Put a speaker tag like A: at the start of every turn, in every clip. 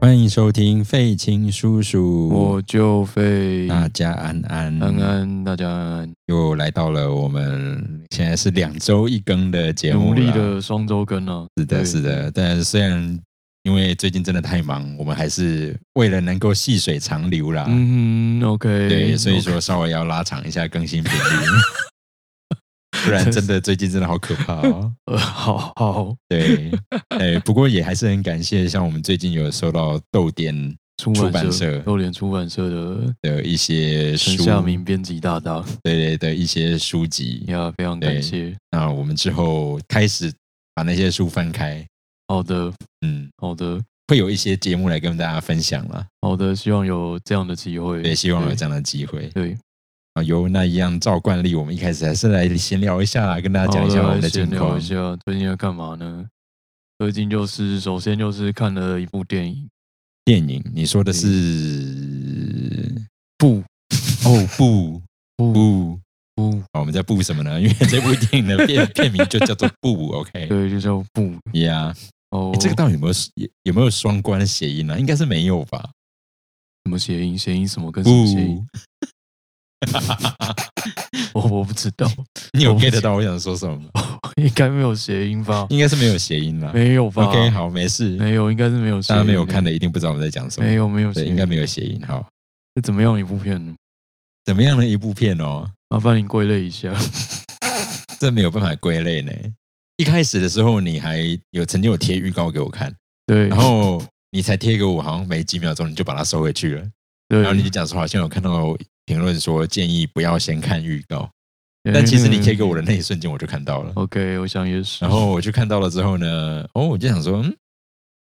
A: 欢迎收听废青叔叔，
B: 我就飞，
A: 大家安安
B: 安安，大家安安
A: 又来到了我们现在是两周一更的节目啦
B: 努力的双周更啊，
A: 是的，
B: 对
A: 是，的。但虽然因为最近真的太忙，我们还是为了能够细水长流啦，
B: 嗯哼，OK，
A: 对，所以
B: OK，
A: 说稍微要拉长一下更新频率， 不然真的最近真的好可怕哦。
B: 呃， 好好，
A: 对，哎，不过也还是很感谢，像我们最近有收到豆点
B: 出
A: 出
B: 版
A: 版
B: 社
A: 社
B: 豆联出版社的
A: 的一些
B: 陈
A: 书，
B: 夏明编辑大大
A: 对对的一些书籍，
B: 呀，非常
A: 对
B: 感谢，
A: 那我们之后开始把那些书翻开，
B: 好的，
A: 嗯，
B: 好的，
A: 会有一些节目来跟大家分享啦。
B: 好的，希望有这样的机会，
A: 也希望有这样
B: 样，
A: 的机会
B: 对，
A: 啊。由那一样照惯例，我们一开始还是来闲聊一下，跟大家讲一下我
B: 好
A: 们的
B: 闲
A: 近
B: 聊
A: 况
B: 一。下，最近在干嘛呢？最近就是首先就是看了一部电影，
A: 电影，你说的是
B: 嗯
A: 不？哦不不
B: 不，
A: 好我们在不什么呢？因为这部电影的 片片名就叫做不，OK？
B: 对，就叫不
A: 呀，
B: 哦
A: 诶，这个到底有没有有没有双关谐音呢、应该是没有吧？
B: 什么谐音？谐音什么跟什么谐音
A: 不？，哦
B: 我 我不知道，
A: 你有
B: 我不
A: get
B: 知
A: 到我想说什么吗？
B: 应该没有谐音吧？
A: 应该是没有谐音啦。
B: 没有吧
A: OK，，好，没事。
B: 没有，应该是没有谐
A: 大家
B: 音。
A: 没有看的，一定不知道我们在讲什么。
B: 没有没有谐
A: 对，
B: 音，
A: 应该没有谐音。好，
B: 这怎么样一部片呢？
A: 怎么样的一部片哦？
B: 麻烦你归类一下。
A: 这没有办法归类呢。一开始的时候，你还有曾经有贴预告给我看，
B: 对，
A: 然后你才贴给我，好像没几秒钟你就把它收回去了。
B: 对
A: 然后你就讲说，好像有看到评论说建议不要先看预告，但其实你贴给我的那一瞬间我就看到了。
B: OK，我想也是。
A: 然后我就看到了之后呢，哦，我就想说，嗯，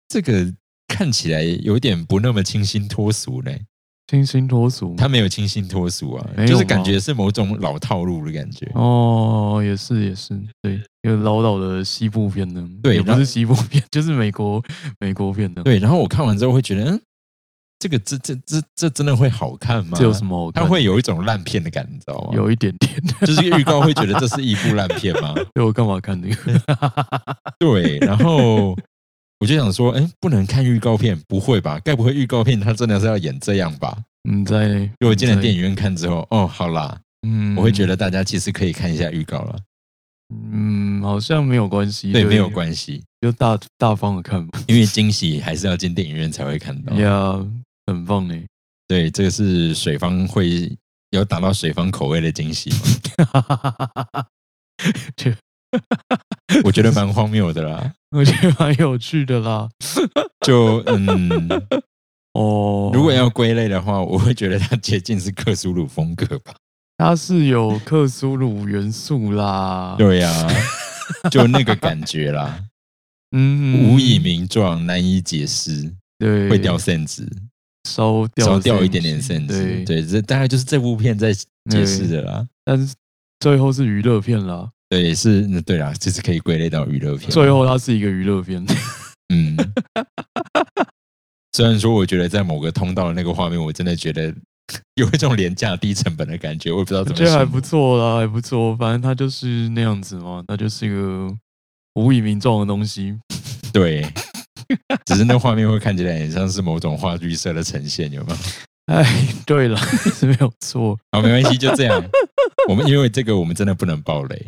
A: 这个看起来有点不那么清新脱俗嘞。
B: 清新脱俗，
A: 他没有清新脱俗啊
B: 没，有哦
A: 就是
B: 吗
A: 感觉是某种老套路的感觉。
B: 哦，也是也是，对，一个老老的西部片呢，
A: 对
B: 也不
A: 然后
B: 是西部片， 就是美国美国片的。，
A: 对，然后我看完之后会觉得，嗯，这个这这这这真的会好看吗？
B: 这有什么好看
A: 它
B: 的？
A: 会有一种烂片的感，你知道吗？
B: 有一点 点，
A: 就是预告会觉得这是一部烂片吗？
B: 对我干嘛看 这个？
A: 对，然后我就想说，哎，不能看预告片，不会吧？该不会预告片它真的是要演这样吧？
B: 嗯，在
A: 如果进了电
B: 影，
A: 影院看之后，哦，好啦，
B: 嗯，
A: 我会觉得大家其实可以看一下预告了，
B: 嗯，好像没有关系，
A: 对，没有，关系，
B: 就大大方的看吧。
A: 因为惊喜还是要进电影院才会看到。
B: 呀，很棒哎！
A: 对，这个是水方会有打到水方口味的惊喜吗，
B: 这
A: 我觉得蛮荒谬的啦。
B: 我觉得蛮有趣的啦。
A: 就嗯，
B: 哦，
A: 如果要归类的话，我会觉得它接近是克苏鲁风格吧。
B: 它是有克苏鲁元素啦，
A: 对呀、就那个感觉啦，
B: 嗯，
A: 无以名状，难以解释，
B: 对，
A: 会掉圣旨，
B: 烧掉
A: 少
B: 的
A: 掉一
B: 圣
A: 点点
B: 旨
A: 圣旨。
B: 对，
A: 对，这大概就是这部片在解释的啦。
B: 但是最后是娱乐片啦，
A: 对，是，嗯对啦，这是可以归类到娱乐片。
B: 最后它是一个娱乐片，
A: 嗯，虽然说我觉得在某个通道的那个画面，我真的觉得 有一种廉价低成本的感觉，我也不知道
B: 我
A: 怎么
B: 觉
A: 形
B: 得
A: 容。
B: 还不错啦，还不错。反正它就是那样子嘛，它就是一个无以名状的东西。
A: 对，只是那画面会看起来很像是某种话剧社的呈现，有没有？
B: 哎，对了，是没有错。
A: 好，没关系，就这 样。我们因为这个，我们真的不能爆雷。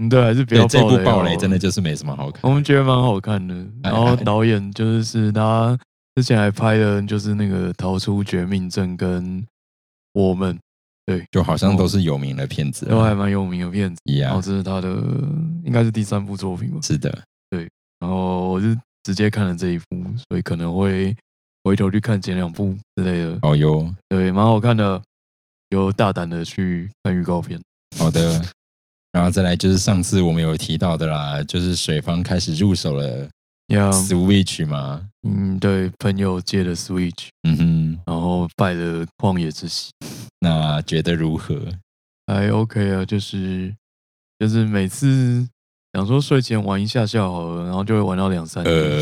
B: 嗯，对，还是不
A: 对
B: 要，
A: 这部爆
B: 爆哦
A: 雷
B: 好
A: 真的
B: 了，
A: 就是没什么好看。
B: 我们觉得蛮好看的。
A: 哎
B: 然后
A: 哎
B: 导演就是是他之前还拍了，就是那个《逃出绝命镇》跟《我们》，
A: 就好像都是有名的片子
B: 哦都还
A: 啊，哎
B: 蛮有名的片子。
A: 一
B: 然后
A: 样。
B: 这是他的应该是第三部作品吧。
A: 是的，
B: 然后我是直接看了这一部，所以可能会回头去看前两部之类的。
A: 好哟，
B: 对，蛮好看的，有大胆的去看预告片。
A: 好的。然后再来就是上次我们有提到的啦，就是水方开始入手了
B: 呀，
A: Switch 嘛，
B: 嗯，对，朋友借了 Switch，
A: 嗯哼，
B: 然后拜了《旷野之息》。
A: 那觉得如 何？
B: 还 OK 啊，就是就是每次想说睡前玩一下下好了，然后就会玩到两三点，
A: 呃，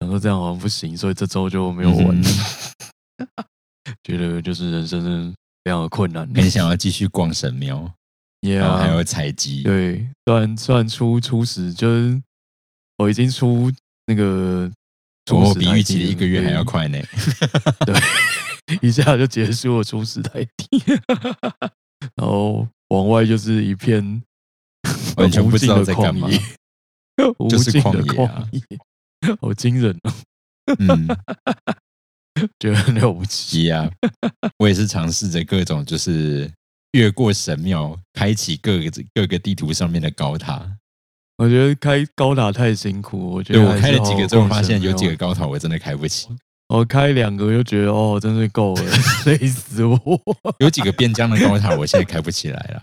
B: 想说这样好像不行，所以这周就没有玩
A: 嗯
B: 了。 觉得就是人生真的非常的困难，
A: 很想要继续逛神庙，
B: 也
A: 然后还
B: 啊，
A: 有采集，
B: 对，虽然虽然初初始就是我已经出那个初
A: 我
B: 始
A: 哦比
B: 台
A: 预期的
B: 币
A: 一个月还要
B: 对
A: 快 呢。
B: 一下就结束了初始台地， 然后往外就是一片
A: 完全
B: 无
A: 哦不知
B: 尽
A: 道
B: 的
A: 在干嘛
B: 旷野，无
A: 就是
B: 尽的
A: 旷野啊
B: 旷野， 好惊人哦，
A: 嗯，
B: 觉得很了不起。
A: 一啊， 我也是尝试着各种就是越过神庙，开启各个各个地图上面的高塔。
B: 我觉得开高塔太辛苦，我觉
A: 对
B: 得
A: 我
B: 啊还
A: 开
B: 是
A: 了几
B: 好
A: 个
B: 好
A: 之后，
B: 逛
A: 发
B: 神
A: 现有
B: 庙
A: 几个高塔我真的开不起，
B: 我开两个就觉得哦，真是够了， 累死我。
A: 有几个边疆的高塔我现在开不起来了。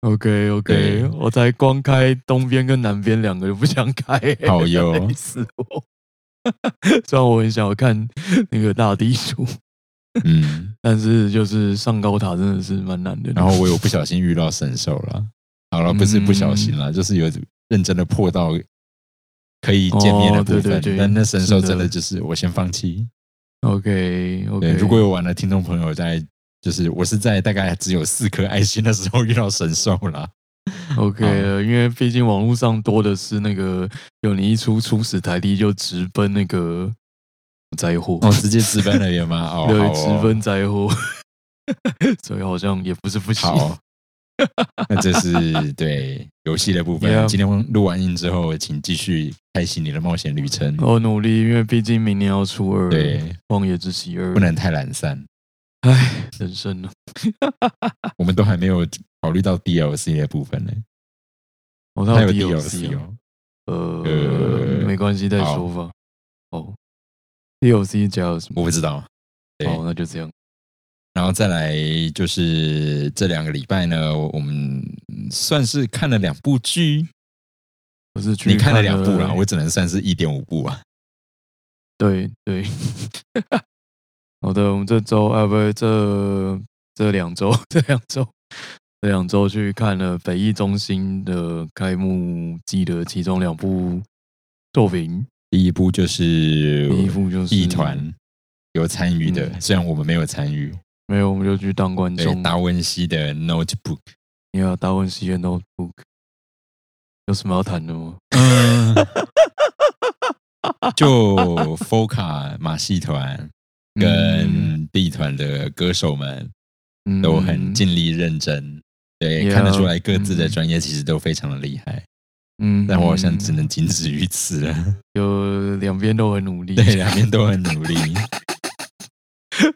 B: OK OK，
A: 对
B: 我才光开东边跟南边两个就不想开、
A: 好哟
B: 累死我。虽然我很想要看那个大地图，
A: 嗯，
B: 但是就是上高塔真的是蛮难的。
A: 然后我有不小心遇到神兽了。好了，不是不小
B: 嗯
A: 心了，就是有认真的破到可以见面的
B: 哦
A: 部
B: 对
A: 分，
B: 对对
A: 但那神兽
B: 是的
A: 真的就是我先放弃。
B: OK
A: 对，
B: OK，
A: 如果有玩的听众朋友在，就是我是在大概只有四颗爱心的时候遇到神兽啦。
B: OK
A: 嗯
B: 了，因为毕竟网络上多的是那个有你一出初始台地就直奔那个灾祸，
A: 哦，直接直奔那边吗？哦，
B: 对，
A: 好哦
B: 直奔灾祸， 所以好像也不是不行。
A: 好。哦那这是对游戏的部分。
B: Yeah
A: 今天录完音之后，请继续开启你的冒险旅程，
B: 我努力，因为毕竟明年要出二，
A: 对
B: 《荒野之息二》
A: 不，能太懒散。
B: 唉，人生啊，
A: 我们都还没有考虑到 DLC 的部分呢，
B: 我
A: 它
B: 到
A: 有
B: 底
A: DLC 哦。
B: 呃，
A: 呃
B: 没关系，再
A: 好
B: 说吧。哦，DLC 加了什么？
A: 我不知道。对
B: 好，那就这样。
A: 然后再来就是这两个礼拜呢，我我们算是看了两部剧，
B: 我是去
A: 你看
B: 了
A: 了两部啦，我只能算是一点五部啊。
B: 对对。好的，我们这周啊，不是这这两周， 这两周，这两周去看了北艺中心的开幕季的其中两部作品，
A: 第一部就是
B: 第一部就是
A: 艺团有参与的，
B: 嗯
A: 虽然我们没有参与，
B: 没有，我们就去当观
A: 对
B: 众。
A: 达文西的 Notebook。
B: 你好，达文西的 Notebook 有什么要谈的吗？
A: 嗯， 就 Foca 马戏团跟 B 团的歌手们
B: 嗯
A: 都很尽力认真，对，看得
B: Yeah，
A: 出来各自的
B: 嗯
A: 专业其实都非常的厉害。
B: 嗯，嗯
A: 但我好像只能仅止于此了。
B: 就两边都很努力，
A: 对，啊两边都很 努力，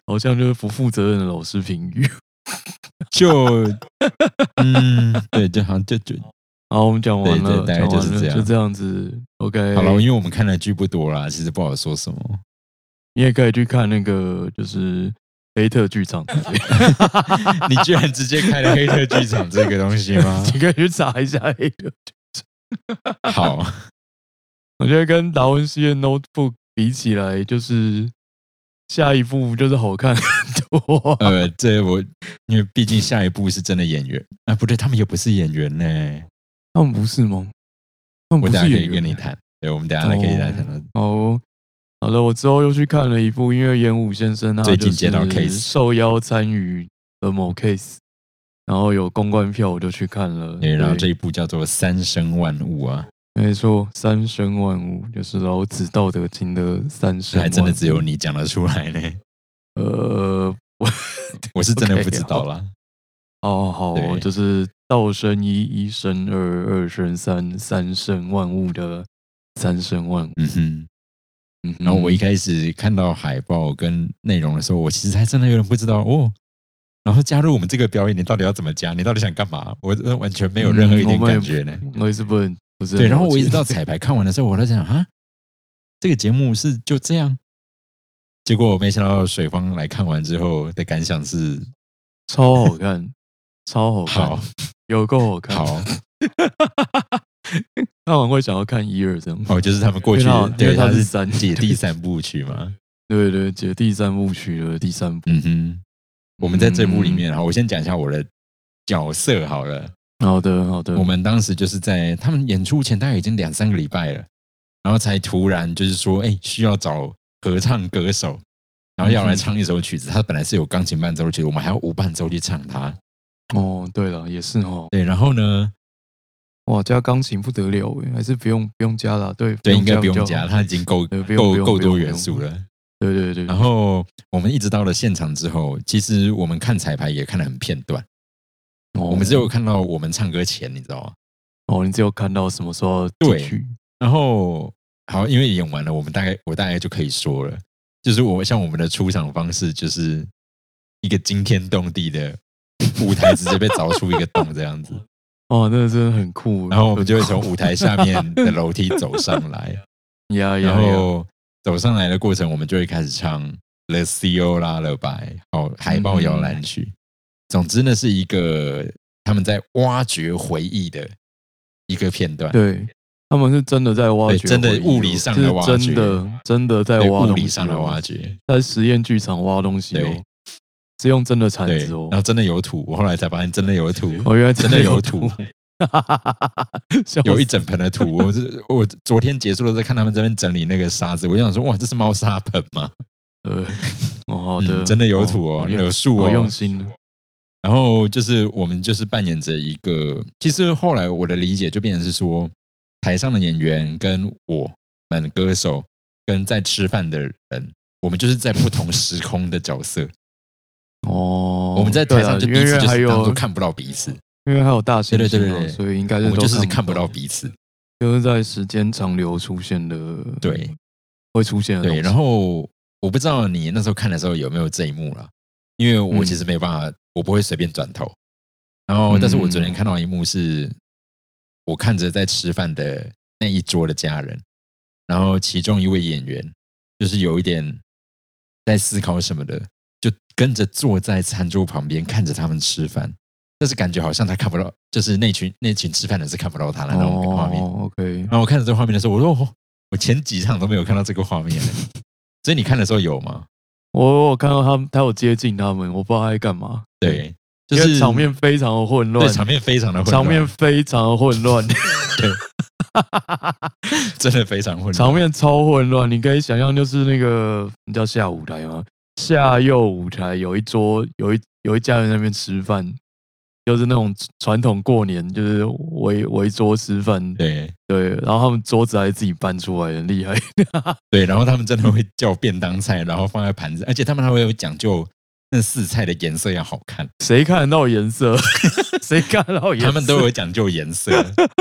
B: 好像就是不负责任的老师评语。
A: 就嗯，对，就好像就就
B: 好，我们讲完了，
A: 对对大概
B: 讲完
A: 就是
B: 了
A: 这样
B: 就这样子。OK，
A: 好了，因为我们看的剧不多啦，其实不好说什么。
B: 你也可以去看那个，就是黑特 剧场，
A: 你居然直接开了黑特剧场这个东西吗？
B: 你可以去查一下黑特。
A: 好，
B: 我觉得跟达文西的 Notebook 比起来，就是下一部就是好看很多啊。
A: 呃，这我因为毕竟下一步是真的演员啊，不对，他们也不是演员呢、
B: 他们不是吗？他
A: 我
B: 们不
A: 等下
B: 是
A: 可
B: 演
A: 以
B: 员
A: 跟你谈，对，我们等下来可以来谈到。
B: 哦，好了，我之后又去看了一部，因为演武先生他
A: 最近
B: 就是
A: 接到 case
B: 受邀参与的某 case，然后有公关票，我就去看了。
A: 对，然后这
B: 对
A: 一部叫做《三生万物》啊，
B: 没错，三生万物就是老子《道德经》的三
A: 这
B: 生万
A: 还
B: 物。
A: 真的只有你讲得出来呢，
B: 呃，我
A: 我是真的不知
B: OK，
A: 道啦。
B: 哦好哦，
A: 对
B: 就是道生一，一生二，二生三，三生万物的三生万物。
A: 嗯哼，
B: 嗯哼
A: 然后我一开始看到海报跟内容的时候，我其实还真的有点不知道哦。然后加入我们这个表演，你到底要怎么加？你到底想干嘛？我真的完全没有任何一
B: 嗯
A: 点
B: 我们也
A: 感觉呢。
B: 我也是不能不是很
A: 对，然后
B: 了
A: 我一
B: 解
A: 直到彩排看完的时候，我在想啊，这个节目是就这样。结果我没想到水方来看完之后的感想是
B: 超好看，超好看，
A: 好
B: 有够好看。
A: 好
B: 看完会想要看一二这样。
A: 哦，就是他们过去
B: 因为他因
A: 对
B: 为他
A: 他
B: 是
A: 是
B: 三
A: 姐弟三部曲嘛，
B: 对对，姐第三部曲的第三部。
A: 嗯哼。嗯我们在这部里面，哈，我先讲一下我的角色好了。
B: 好的好的，
A: 我们当时就是在他们演出前大概已经两三个礼拜了，然后才突然就是说，哎，需要找合唱歌手，然后要来唱一首曲子。他本来是有钢琴伴奏的曲子，我们还要无伴奏去唱它。
B: 哦对了也是哦，
A: 对，然后呢，
B: 哇，加钢琴不得了哎，还是不用不用加了，对
A: 对，应该不
B: 比
A: 用
B: 较
A: 加，
B: 好
A: 它已经够
B: 对不用不
A: 够
B: 用
A: 够
B: 不
A: 多
B: 用不
A: 元
B: 用
A: 素了。
B: 对对对，
A: 然后我们一直到了现场之后，其实我们看彩排也看得很片段，我们只有看到我们唱歌前，你知道吗？
B: 哦哦，你只有看到什么时候进
A: 对
B: 去，
A: 然后好，因为演完了，我们大概我大概就可以说了，就是我像我们的出场方式，就是一个惊天动地的舞台，直接被凿出一个洞这样 子，
B: 哦，那个真的很酷。
A: 然后我们就会从舞台下面的楼梯走上 来，
B: 呀呀
A: 然
B: 呀，
A: 后走上来的过程，我们就会开始唱《The CEO Lullaby》哦，海豹
B: 嗯
A: 摇篮曲。总之，那是一个他们在挖掘回忆的一个片段，
B: 对，他们是真的在挖
A: 对
B: 掘回忆哦，
A: 真的物理上的
B: 就是
A: 挖掘
B: 真的真的在
A: 对
B: 挖
A: 物
B: 东
A: 理
B: 西
A: 上的
B: 哦
A: 挖掘。
B: 在实验剧场挖东西哦
A: 对，
B: 是用真的铲
A: 对，
B: 子哦
A: 然。后真的有土，我后来才发现真的有 土，
B: 哦，原来
A: 真的有
B: 土
A: 土，
B: 笑
A: 有一
B: 死
A: 整盆的土。我是我昨天结束了，在看他们这边整理那个沙子，我就想说，哇，这是猫砂盆吗？
B: 呃，哦，好
A: 嗯
B: 的，
A: 真的有土哦，
B: 好
A: 有树
B: 好
A: 哦，
B: 用心哦。
A: 然后就是我们就是扮演着一个，其实后来我的理解就变成是说，台上的演员跟我们歌手跟在吃饭的人，我们就是在不同时空的角色。
B: 哦，
A: 我们在台上就
B: 对
A: 彼
B: 啊因
A: 此
B: 为
A: 就
B: 还
A: 是当做
B: 有，
A: 看不到彼此，
B: 因为还有大猩
A: 对对对
B: 猩
A: 对
B: 哦，
A: 对
B: 所以应该
A: 我
B: 是
A: 们
B: 都
A: 就是看不
B: 到
A: 到彼此。
B: 就是在时间长流出现的，
A: 对，
B: 会出现的东
A: 对，
B: 西。
A: 然后我不知道你那时候看的时候有没有这一幕啦，因为我
B: 嗯
A: 其实没办法，我不会随便转头。然后，但是我昨
B: 嗯
A: 天看到一幕是，我看着在吃饭的那一桌的家人，然后其中一位演员就是有一点在思考什么的，就跟着坐在餐桌旁边看着他们吃饭，但是感觉好像他看不到，就是那群那群吃饭的是看不到他的那种画面。
B: 哦，OK，
A: 然后我看着这个画面的时候，我说、哦、我前几场都没有看到这个画面呢，所以你看的时候有吗？
B: 我我看到他们，他有接近他们，我不知道他在干嘛。
A: 对，就
B: 因为
A: 是
B: 场面非常的混乱
A: 对，场面非常的混乱，
B: 场面非常的混乱，
A: 真的非常混乱，
B: 场面超混乱。你可以想象，就是那个那叫下舞台吗？下右舞台有一桌，有一有一家人在那边吃饭，就是那种传统过年，就是围围桌吃饭。
A: 对
B: 对，然后他们桌子还自己搬出来，很厉害。
A: 对，然后他们真的会叫便当菜，然后放在盘子，而且他们还会有讲究那四菜的颜色要好看，
B: 谁看得到颜色？ 谁看得到颜色？
A: 他们都有讲究颜色，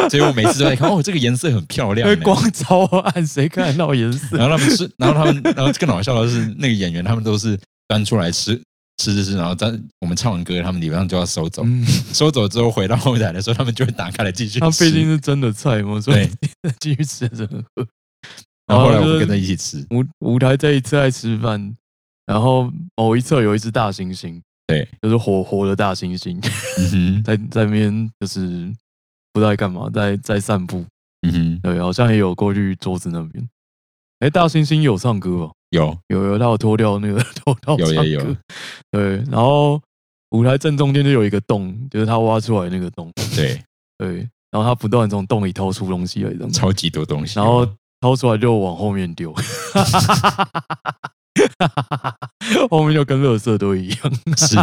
A: 所以我每次都在看哦，这个颜色很漂亮
B: 因为
A: 呢。
B: 光超暗，谁看得到颜色？
A: 然后他们吃，然后他们，然后更好笑的是，那个演员他们都是端出来吃吃吃吃，然后在我们唱完歌，他们礼拜上就要收走，
B: 嗯，
A: 收走之后回到后台的时候，他们就会打开来继续吃。
B: 它毕竟是真的菜嘛，所以
A: 对，
B: 继续吃真的饿。
A: 然后后来我
B: 然后就
A: 们
B: 是
A: 跟着一起吃，
B: 舞舞台这一次在吃饭，然后某一侧有一只大猩猩，
A: 对，
B: 就是活活的大猩猩，
A: 嗯哼，
B: 在在那边就是不知道在干嘛，在在散步。
A: 嗯哼，
B: 对，好像也有过去桌子那边。哎，大猩猩有唱歌吧？哦
A: 有，
B: 有有，他有脱掉那个 脱掉
A: 有有
B: 唱
A: 有
B: 歌对，然后舞台正中间就有一个洞，就是他挖出来那个洞。
A: 对，
B: 对，然后他不断地从洞里掏出东西来，这样，
A: 超级多东西。
B: 然后掏出来就往后面丢， 后面就跟垃圾堆一样。
A: 是，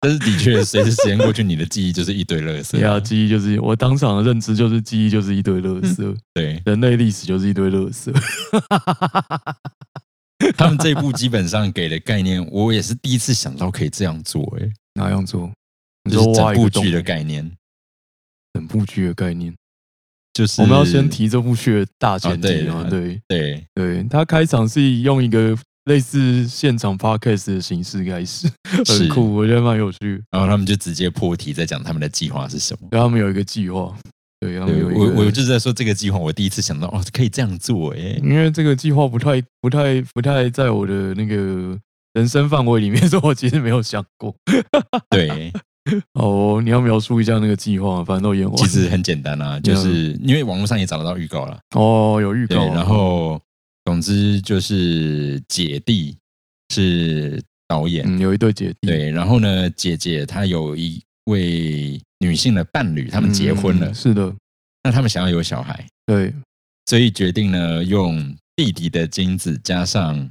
A: 但是的确，随着时间过去，你的记忆就是一堆垃圾
B: 对啊，
A: 啊。
B: 记忆就是我当场的认知就是记忆就是一堆垃圾，
A: 对
B: 人类历史就是一堆垃圾。
A: 他们这一部基本上给的概念，我也是第一次想到可以这样做，哎，
B: 哪样做？你
A: 就
B: 说
A: 是
B: 挖
A: 整
B: 一个
A: 部
B: 洞
A: 剧，的概念，
B: 整部剧的概念。
A: 就是
B: 我们要先提这部剧的大前提啊
A: 哦，对
B: 对
A: 对。
B: 对，它开场是用一个类似现场 podcast 的形式开始，很
A: 是
B: 酷，我觉得蛮有趣的。
A: 然后他们就直接破题，在讲他们的计划是什么。
B: 对他们有一个计划，对他们
A: 对
B: 有一个，
A: 我，我就是在说这个计划，我第一次想到哦，可以这样做欸诶。
B: 因为这个计划不太、不太、不太在我的那个人生范围里面， 所以我其实没有想过。
A: 对，
B: 哦，你要描述一下那个计划，反正都演完。
A: 其实很简单
B: 嗯
A: 啊，就是因为网络上也找得到预告了。
B: 哦，有预
A: 对
B: 告，，
A: 然后总之就是姐弟是导演，
B: 嗯，有一对姐弟，
A: 对，然后呢，姐姐她有一位女性的伴侣，他们结婚了，
B: 嗯是的，
A: 那他们想要有小孩，
B: 对，
A: 所以决定呢用弟弟的精子加上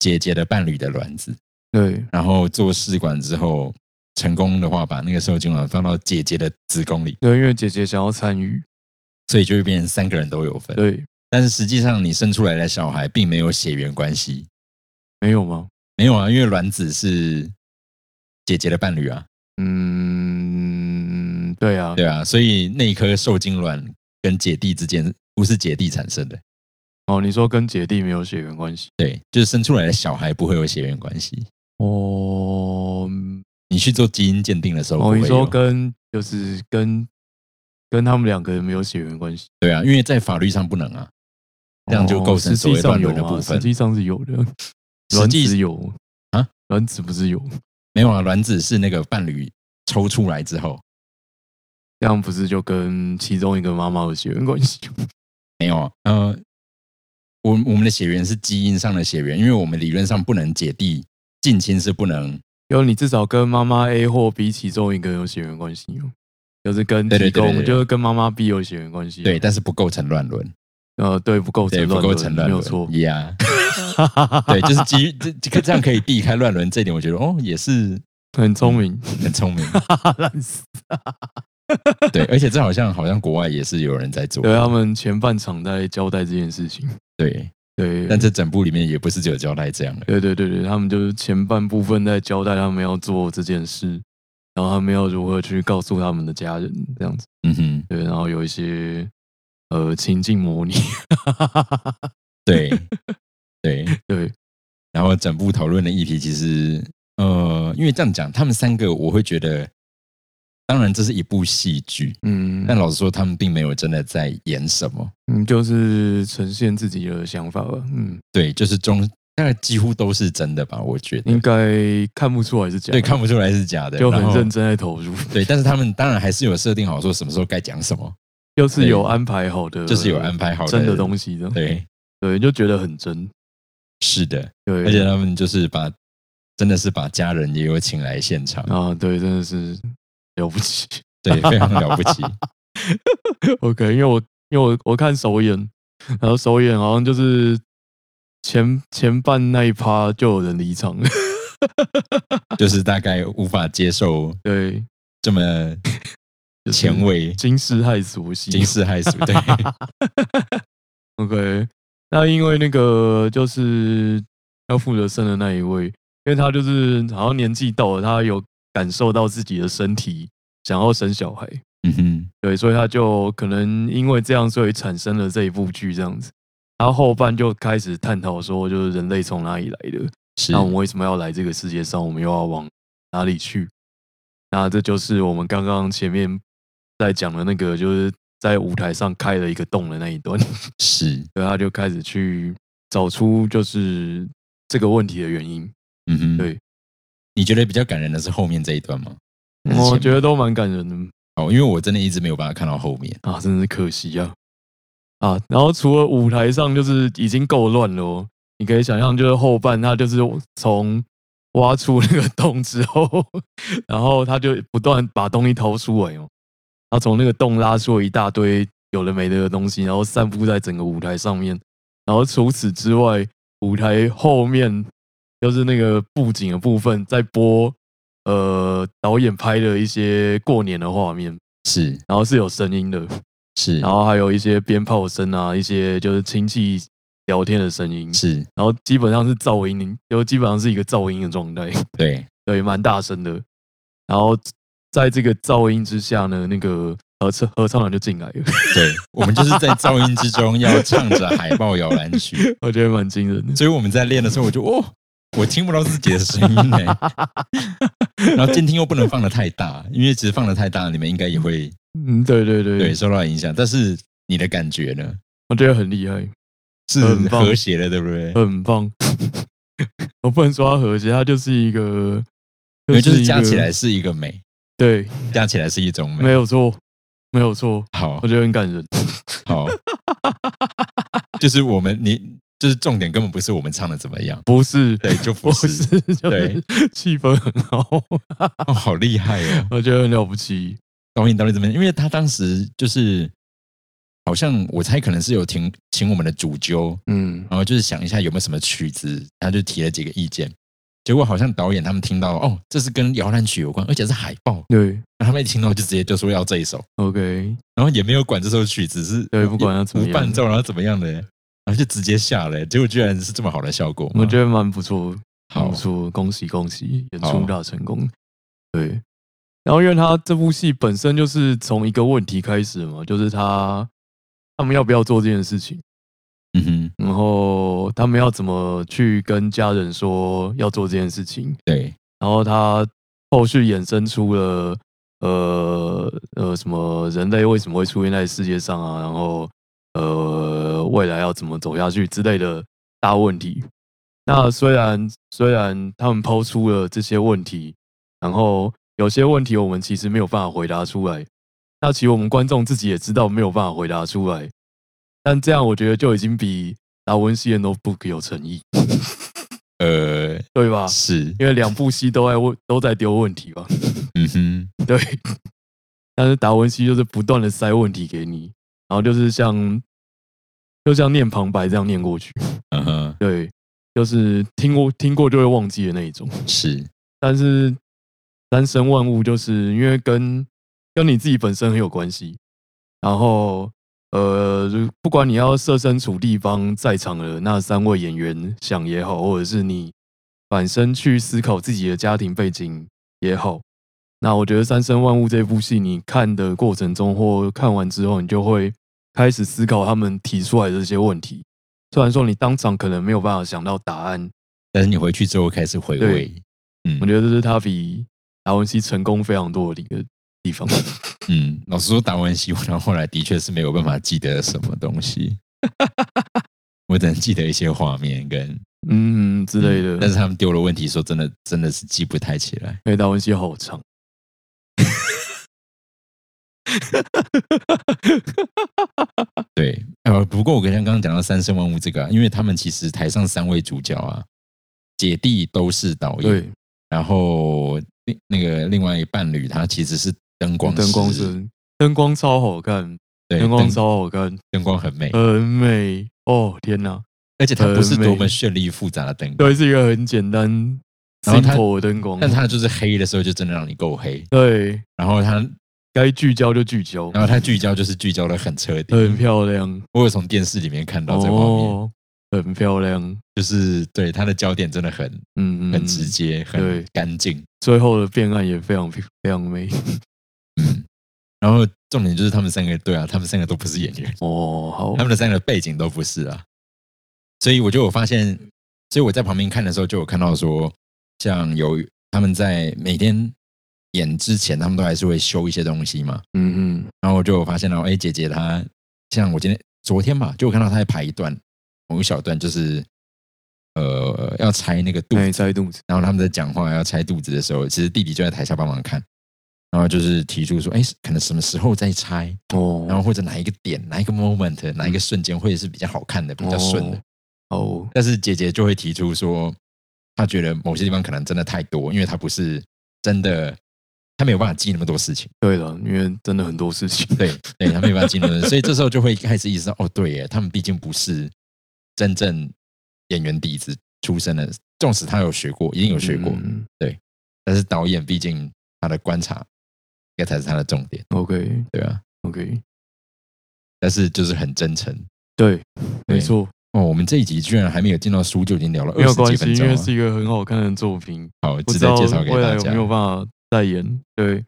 A: 姐姐的伴侣的卵子，
B: 对，
A: 然后做试管之后成功的话，把那个受精卵放到姐姐的子宫里，
B: 对，因为姐姐想要参与，
A: 所以就会变成三个人都有份。
B: 对，
A: 但是实际上你生出来的小孩并没有血缘关系，
B: 没有吗？
A: 没有啊，因为卵子是姐姐的伴侣啊，
B: 嗯，对啊，
A: 对啊，所以那一颗受精卵跟姐弟之间不是姐弟产生的，
B: 哦，你说跟姐弟没有血缘关系？
A: 对，就是生出来的小孩不会有血缘关系。
B: 哦，嗯
A: 你去做基因鉴定的时候不
B: 哦，
A: 会有，
B: 你说跟就是跟跟他们两个人没有血缘关系，
A: 对啊，因为在法律上不能啊，这样就构成所
B: 哦实际
A: 谓
B: 上
A: 乱
B: 有
A: 伦的
B: 吗
A: 部分
B: 实。际上是有的，
A: 实
B: 卵
A: 际
B: 子有
A: 啊，
B: 卵子不是有，
A: 没有啊，卵子是那个伴侣抽出来之后，
B: 这样不是就跟其中一个妈妈有血缘关系？
A: 没有啊，呃，我我们的血缘是基因上的血缘，因为我们理论上不能姐弟近亲是不能，
B: 因为你至少跟妈妈 A 或 B 其中一个有血缘关系哦，就是跟
A: 对对
B: 提
A: 对对
B: 供，
A: 对
B: 就是跟妈妈 B 有血缘关系。
A: 对，，但是不构成乱伦，
B: 呃，对，不构
A: 对，
B: 成
A: 不
B: 乱
A: 构成乱
B: 伦，没
A: 伦，
B: 有错。
A: 呀对，就是基于这这个这样可以避开乱伦这一点，我觉得哦也是
B: 很聪明，
A: 很聪明，嗯
B: 烂死。
A: 对，而且这好像好像国外也是有人在做，
B: 对，啊他们前半场在交代这件事情。
A: 对，
B: 对，
A: 但这整部里面也不是只有交代这样的，
B: 对对对对，他们就是前半部分在交代他们要做这件事，然后他们要如何去告诉他们的家人这样子。
A: 嗯哼，
B: 对，然后有一些呃情境模拟。
A: 对对，
B: 对，
A: 然后整部讨论的议题其实，呃，因为这样讲，他们三个我会觉得，当然这是一部戏剧，
B: 嗯，
A: 但老实说，他们并没有真的在演什么。
B: 嗯，就是呈现自己的想法吧。嗯，
A: 对，就是中大概几乎都是真的吧，我觉得
B: 应。该看不出来嗯是假的，
A: 对，看不出来是假的，
B: 就很
A: 然后
B: 认。真在投入，
A: 对，但是他们当然还是有设定好说什么时候该讲什么，
B: 又是有安排好的，
A: 就是有安排好的
B: 真的东西的。
A: 对，
B: 对，就觉得很真。
A: 是的，
B: 对，
A: 而且他们就是把真的是把家人也有请来现场，
B: 啊，对，真的是了不起。
A: 对，非常了不起。
B: OK，因为我因为我我看首演，然后首演好像就是前前半那一趴就有人离场了。
A: 就是大概无法接受
B: 对，
A: 这么
B: 就是
A: 前 卫、
B: 惊世骇俗系。
A: 惊世骇 俗，对
B: OK，那因为那个就是要负责生的那一位，因为他就是好像年纪到了，他有感受到自己的身体想要生小孩，
A: 嗯哼，
B: 对，所以他就可能因为这样，所以产生了这一部剧这样子。然后后半就开始探讨说，就是人类从哪里来的，
A: 是
B: 那我们为什么要来这个世界上，我们又要往哪里去？那这就是我们刚刚前面在讲的那个，就是在舞台上开了一个洞的那一段。
A: 是，
B: 对，他就开始去找出就是这个问题的原因。
A: 嗯哼，
B: 对。
A: 你觉得比较感人的是后面这一段吗？还是前
B: 我
A: 面
B: 觉得都蛮感人的
A: 哦，因为我真的一直没有把它看到后面。
B: 啊，真是可惜啊啊！然后除了舞台上就是已经够乱了哦，你可以想象就是后半他就是从挖出那个洞之后，然后他就不断把东西掏出来哦，他从那个洞拉出了一大堆有的没的的东西，然后散布在整个舞台上面。然后除此之外，舞台后面就是那个布景的部分在播，呃，导演拍的一些过年的画面，
A: 是
B: 然后是有声音的，
A: 是
B: 然后还有一些鞭炮声啊，一些就是亲戚聊天的声音，
A: 是，
B: 然后基本上是噪音，就基本上是一个噪音的状态，
A: 对，
B: 对，蛮大声的。然后在这个噪音之下呢，那个合唱合唱团就进来了，
A: 对，我们就是在噪音之中要唱着海报摇篮曲，
B: 我觉得蛮惊人的。
A: 所以我们在练的时候，我就哦，我听不到自己的声音呢、 然后监听又不能放的太大，因为其实放的太大，你们应该也会
B: 嗯，对对对，
A: 对受到影响。但是你的感觉呢？
B: 我觉得很厉害，
A: 是
B: 很棒呃
A: 和谐的，对不对？
B: 很棒。 我不能说它和谐，它就是一个，
A: 因为就是
B: 一
A: 加
B: 个
A: 起来，是一个美，
B: 对，
A: 加起来是一种
B: 没
A: 美。
B: 有错，没有错，
A: 好
B: 我觉得很感人。
A: 好，就是我们你就是重点根本不是我们唱的怎么样，
B: 不是，
A: 对， 就不
B: 不
A: 是
B: 是，就是 气氛很好，
A: 哦，好厉害哦！
B: 我觉得很了不起。
A: 导演到底怎么样？因为他当时就是好像我猜可能是有请请我们的主揪，
B: 嗯
A: 然后就是想一下有没有什么曲子，他就提了几个意见。结果好像导演他们听到哦，这是跟摇篮曲有关，而且是海报，
B: 对
A: 然后他们一听到就直接就说要这一首，
B: ，OK，
A: 然后也没有管这首曲子是
B: 对不管它怎么
A: 无
B: 样
A: 伴奏，然后怎么样的，然后就直接下了，结果居然是这么好的效果嘛。
B: 我觉得蛮不错，
A: 好
B: 不错，恭喜恭喜，演
A: 好
B: 出大成功。对，然后因为他这部戏本身就是从一个问题开始嘛，就是他他们要不要做这件事情，
A: 嗯哼，
B: 然后他们要怎么去跟家人说要做这件事情，
A: 对，
B: 然后他后续衍生出了呃呃什么人类为什么会出现在世界上啊，然后呃未来要怎么走下去之类的大问题。那虽然虽然他们抛出了这些问题，然后有些问题我们其实没有办法回答出来，那其实我们观众自己也知道没有办法回答出来，但这样我觉得就已经比达文西的 Notebook 有诚意，
A: 呃，
B: 对吧？
A: 是，
B: 因为两部戏都在问都在丢问题吧。
A: 嗯哼，
B: 对，但是达文西就是不断的塞问题给你，然后就是像就像念旁白这样念过去，
A: 嗯哼，
B: 对，就是听过听过就会忘记的那一种。
A: 是，
B: 但是三生万物就是因为跟跟你自己本身很有关系，然后呃，如不管你要设身处地帮在场的那三位演员想也好，或者是你反身去思考自己的家庭背景也好，那我觉得《三生万物》这部戏，你看的过程中或看完之后，你就会开始思考他们提出来的这些问题。虽然说你当场可能没有办法想到答案，
A: 但是你回去之后开始回味，嗯，
B: 我觉得这是他比达文西成功非常多的一个地方。
A: 嗯，老实说，达文西，然后后来的确是没有办法记得什么东西， 我只能记得一些画面跟
B: 嗯之类的。
A: 但是他们丢了问题，说真的，真的是记不太起来。
B: 哎，达文西好长，
A: 对，呃，不过我跟刚刚讲到三生万物这个、啊，因为他们其实台上三位主角啊，姐弟都是导演，
B: 对，
A: 然后另那个另外一伴侣他其实是灯光
B: 灯光
A: 师，
B: 是灯光超好看，
A: 对，
B: 灯光
A: 灯
B: 超好看，
A: 灯光很美，
B: 很美哦！天哪，
A: 而且它不是
B: 很美
A: 多么绚丽复杂的灯光，
B: 对，是一个很简单
A: 然后它
B: simple 的灯光，
A: 但它就是黑的时候就真的让你够黑，
B: 对
A: 然后它
B: 该聚焦就聚焦，
A: 然后它聚焦就是聚焦的很彻底，
B: 很漂亮
A: 我有从电视里面看到这个画面，
B: 哦，很漂亮，
A: 就是对它的焦点真的很
B: 嗯，
A: 很直。接，很
B: 对
A: 干净。
B: 最后的变暗也非常非常美
A: 嗯，然后重点就是他们三个，对啊，他们三个都不是演员，
B: 哦，好
A: 他，们的三个背景都不是啊。所以我就有发现，所以我在旁边看的时候就有看到说，像有他们在每天演之前，他们都还是会修一些东西嘛。
B: 嗯嗯，
A: 然后我就有发现了，哎，姐姐她像我今天昨天吧，就我看到她在排一段某一小段，就是呃要拆那个肚
B: 那
A: 子
B: 你，猜肚子，
A: 然后他们在讲话要拆肚子的时候，其实弟弟就在台下帮忙看，然后就是提出说，哎，可能什么时候再拆，
B: 哦，
A: 然后或者哪一个点、哪一个 moment、哪一
B: 嗯
A: 个瞬间会是比较好看的、比较顺的。
B: 哦，
A: 但是姐姐就会提出说，她觉得某些地方可能真的太多，因为她不是真的，她没有办法记那么多事情。
B: 对了，因为真的很多事情，
A: 对，对，她没有办法记那么多事情，所以这时候就会开始意识到，哦，对耶，他们毕竟不是真正演员底子出身的，纵使他有学过，一定有学过，
B: 嗯
A: 但是导演毕竟他的观察，这才是他的重点，
B: OK
A: 对啊。
B: OK，
A: 但是就是很真诚
B: 对，
A: 对
B: 没错，
A: 哦。我们这一集居然还没有进到书，就已经聊了
B: 没
A: 二
B: 有
A: 十
B: 关
A: 几
B: 系，
A: 分
B: 因
A: 钟了
B: 为，是一个很好看的作品，
A: 好，
B: 不
A: 值得
B: 知道
A: 介绍给
B: 未
A: 大
B: 来有
A: 家
B: 没。有办法代言。对，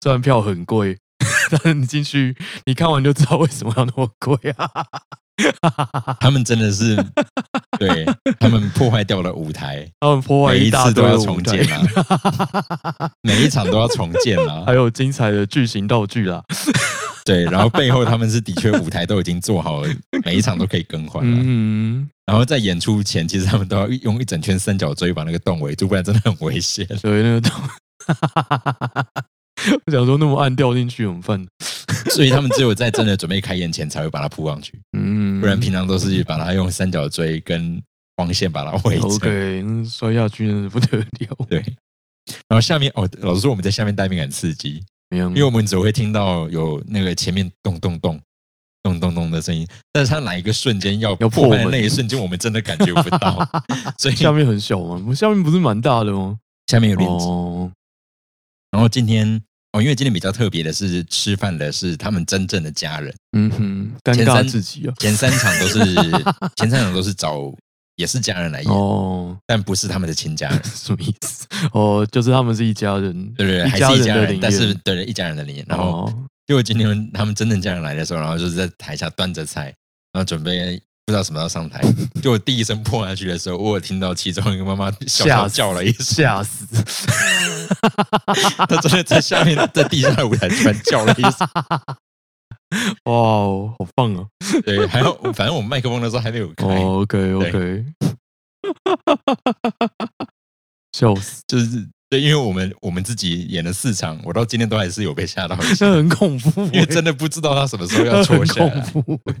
B: 虽然票很贵， 但你进去你看完就知道为什么要那么贵啊。
A: 他们真的 是，对他们破坏掉了舞台，
B: 他们破坏
A: 每一
B: 大
A: 次都
B: 堆
A: 要
B: 的
A: 重
B: 舞台
A: 建，啊， 每一场都要重建啊
B: 还。有精彩的巨型道具啦。
A: 对，然后背后他们是的确舞台都已经做好了，每一场都可以更换了。
B: 嗯，
A: 然后在演出前，其实他们都要用一整圈三角锥把那个洞围住，不然真的很危 险。
B: 对，嗯那个道，我想说那么暗掉进去怎么办？
A: 所以他们只有在真的准备开演前才会把它铺上去。
B: 嗯，
A: 不然平常都是把它用三角锥跟光线把它围着。
B: OK，那摔下去那是不得了。
A: 对，然后下面哦，老实说我们在下面待命很刺激，
B: 嗯怎么样，
A: 因为我们只会听到有那个前面咚咚咚，咚咚咚的声音，但是它哪一个瞬间要
B: 要破
A: 坏的
B: 门
A: 那一瞬间，我们真的感觉不 到，所以
B: 下面很小吗？下面不是蛮大的吗？
A: 下面有链子。
B: 哦，
A: 然后今天哦，因为今天比较特别的是，吃饭的是他们真正的家人，
B: 嗯哼，尴
A: 前
B: 尬
A: 三
B: 至极啊！
A: 前三场都 是前三场都是找也是家人来演，
B: 哦，
A: 但不是他们的亲家人，
B: 什么意思？哦，就是他们是一家人，
A: 对不对？
B: 一
A: 还
B: 家
A: 是一
B: 人
A: 家
B: 的
A: 人，
B: 灵
A: 但是
B: 验
A: 对一家人的灵验。然后
B: 哦，
A: 就今天他们真正家人来的时候，然后就是在台下端着菜，然后准备不知道什么时候上台。就我第一声破下去的时候，我有听到其中一个妈妈小
B: 吓
A: 小
B: 死
A: 叫了一声，
B: 吓死！
A: 她真的在下面在地下的舞台突然叫了一声。
B: 哇哦，好棒啊！
A: 对，还有反正我麦克风那时候还没有开，
B: 哦，OK OK，笑死，
A: 就是对，因为我们我们自己演了四场，我到今天都还是有被吓到一下，
B: 这很恐怖欸，
A: 因为真的不知道他什么时候要
B: 这
A: 戳
B: 很
A: 下
B: 恐
A: 来。
B: 怖欸。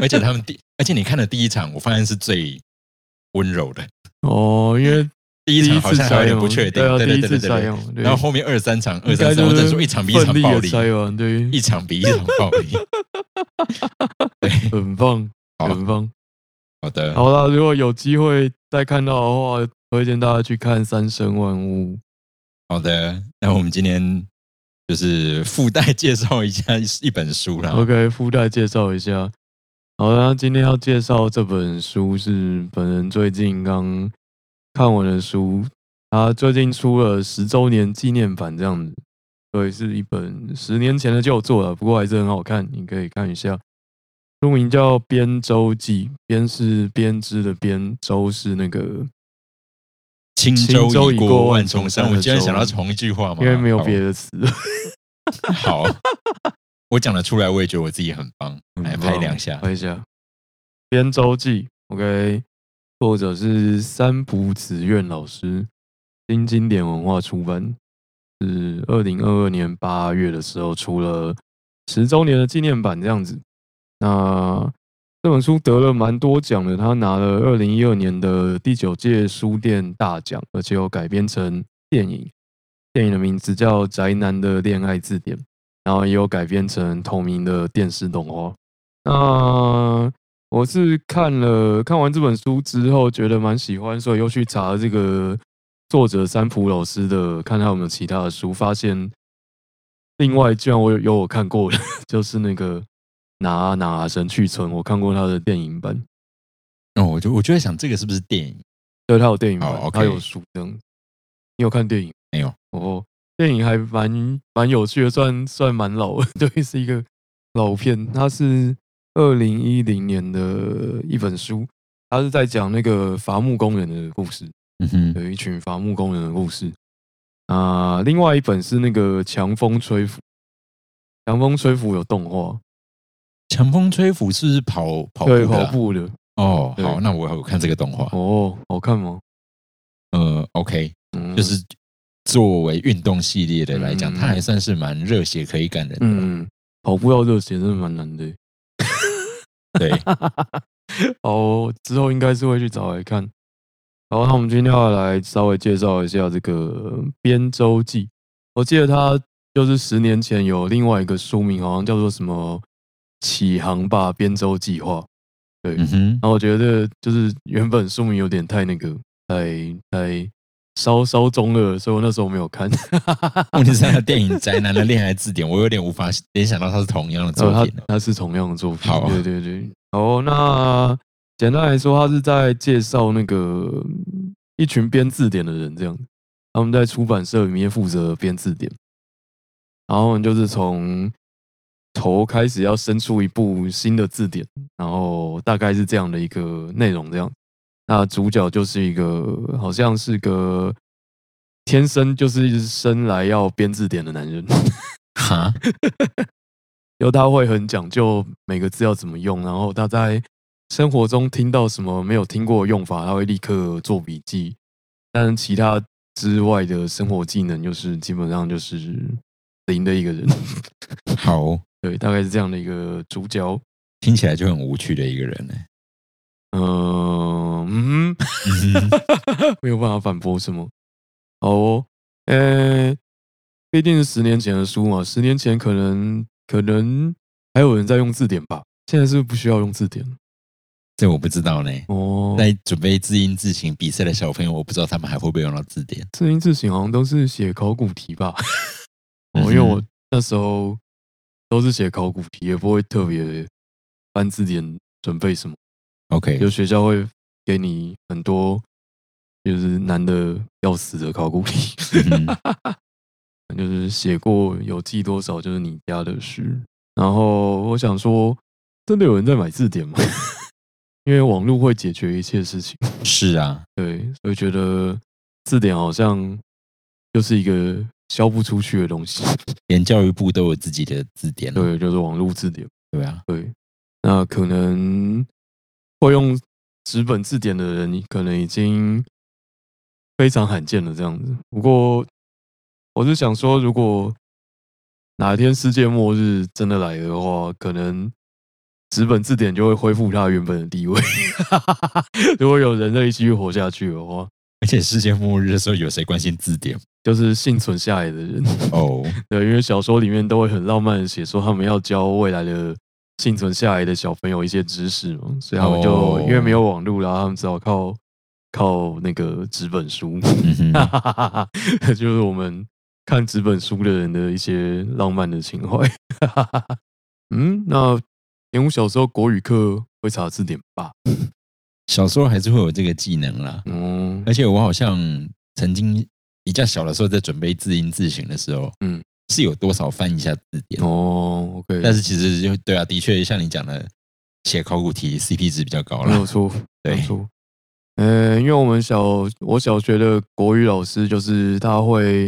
A: 而且他们第，而且你看的第一场，我发现是最温柔的，
B: 哦，因为
A: 第一
B: 第
A: 场
B: 一
A: 好
B: 次
A: 像还有
B: 摘
A: 点
B: 嘛，
A: 不确定，
B: 对啊，
A: 对
B: 第
A: 对
B: 一
A: 对对
B: 次
A: 对
B: 摘
A: 对。
B: 嘛，对
A: 然后后面二三场、二
B: 应该
A: 三场，
B: 就
A: 我
B: 是
A: 真说一场比一场
B: 奋力哦
A: 暴
B: 而
A: 力，
B: 摘完，对，
A: 一场比一场暴 力。
B: 很棒，
A: 好
B: 很棒。
A: 好的，
B: 好啦，如果有机会再看到的话，推荐大家去看《三生万物》。
A: 好的，那我们今天就是附带介绍一下一一本书啦。
B: OK，附带介绍一下。好啦，那今天要介绍这本书是本人最近刚看完的书，它最近出了十周年纪念版这样子，所以是一本十年前的旧作了，不过还是很好看，你可以看一下。书名叫《编舟记》，编是编织的编，舟是那个
A: 轻
B: 轻舟
A: 舟
B: 已
A: 已
B: 过
A: 过
B: 万
A: 万
B: 重
A: 重
B: 山
A: 山，我
B: 的
A: 竟然
B: 舟
A: 想到同一句话吗？
B: 因为没有别
A: 好
B: 的词。
A: 好， 我讲得出来，我也觉得我自己很棒，来
B: 很
A: 拍
B: 棒
A: 两下。
B: 嗯拍一下《编舟记》，OK，作者是三浦子苑老师，新经典文化出版，是二零二二年八月的时候出了十周年的纪念版这样子。那这本书得了蛮多奖的，他拿了二零一二年的第九届书店大奖，而且有改编成电影，电影的名字叫《宅男的恋爱字典》，然后也有改编成同名的电视动画。那我是看了看完这本书之后，觉得蛮喜欢，所以又去查这个作者三浦老师的，看他有没有其他的书，发现另外居然我有有我看过的， 就是那个《哪啊哪啊神去村》，我看过他的电影版，
A: 哦，我就我就在想，这个是不是电影？
B: 对，他有电影版，
A: 哦，OK
B: 他有书这样。你有看电影？
A: 没有。
B: 哦，电影还蛮蛮有趣的，算算蛮老的， 对，是一个老片。它是二零一零年的一本书，它是在讲那个伐木工人的故事。
A: 嗯哼，
B: 有一群伐木工人的故事。啊、另外一本是那个《强风吹拂》，《强风吹拂》有动画，
A: 强风吹拂是不是跑跑步
B: 对，
A: 的
B: 跑
A: 啊
B: 步的。
A: 哦，
B: 对
A: 好，那我有看这个动画。
B: 哦，好看吗？
A: 呃，OK，
B: 嗯，
A: 就是作为运动系列的来讲，
B: 嗯
A: 它还算是蛮热血可以感人的啦。
B: 嗯，跑步要热血真的蛮难的。
A: 对，
B: 哦，之后应该是会去找来看。好，那我们今天要来稍微介绍一下这个《编舟记》。我记得它就是十年前有另外一个书名，好像叫做什么“启航吧编舟计划”。对，
A: 嗯哼，
B: 然后我觉得就是原本书名有点太那个，太太稍稍中二，所以我那时候没有看。
A: 问题是他的电影《宅男的恋爱字典》，我有点无法联想到它是同样的作
B: 呃
A: 品了。
B: 它它是同样的作品。
A: 好啊
B: 对对对。好，那简单来说，它是在介绍那个嗯一群编字典的人，这样他们在出版社里面负责编字典，然后我们就是从头开始要生出一部新的字典，然后大概是这样的一个内容，这样。那主角就是一个好像是个天生就是生来要编字典的男人。
A: 哈，
B: 就他会很讲究每个字要怎么用，然后他在生活中听到什么没有听过的用法，他会立刻做笔记。但其他之外的生活技能，就是基本上就是零的一个人。
A: 好，
B: 对，大概是这样的一个主角。
A: 听起来就很无趣的一个人呢。
B: 呃嗯哼，
A: 嗯哼
B: 没有办法反驳什么。好哦，呃、毕竟是十年前的书嘛，十年前可能可能还有人在用字典吧？现在是不是不需要用字典了
A: 这我不知道呢。
B: 哦。
A: 在准备字音字形比赛的小朋友，我不知道他们还会不会用到字典。
B: 字音字形好像都是写考古题吧？哦，
A: 嗯
B: 因为我那时候都是写考古题，也不会特别翻字典准备什么。
A: OK，
B: 有学校会给你很多就是难的要死的考古题，
A: 嗯哼
B: 就是写过有记多少就是你家的事。然后我想说，真的有人在买字典吗？ 因为网络会解决一切事情。
A: 是啊，
B: 对，所以觉得字典好像就是一个销不出去的东西。
A: 连教育部都有自己的字典了，
B: 对，就是网络字典。
A: 对啊，
B: 对，那可能会用纸本字典的人，可能已经非常罕见了这样子。不过，我是想说，如果哪天世界末日真的来的话，可能纸本字典就会恢复它原本的地位。 如果有人类继续活下去的话，
A: 而且世界末日的时候，有谁关心字典？
B: 就是幸存下来的人。
A: 哦，
B: 对，因为小说里面都会很浪漫的写说他们要教未来的幸存下来的小朋友一些知识嘛，所以他们就、
A: 哦
B: 因为没有网络啦，他们只好靠靠那个纸本书，
A: 嗯
B: 啊
A: 哼，
B: 就是我们看纸本书的人的一些浪漫的情怀。嗯，那连我小时候国语课会查字典吧？
A: 小时候还是会有这个技能啦。
B: 嗯
A: 而且我好像曾经比较小的时候，在准备字音字形的时候，
B: 嗯
A: 嗯，是有多少翻一下字典，
B: 哦，OK，
A: 但是其实就对啊，的确像你讲的，写考古题 CP 值比较高
B: 没
A: 了
B: 有。错，没有
A: 对
B: 错。呃，因为我们小我小学的国语老师就是他会，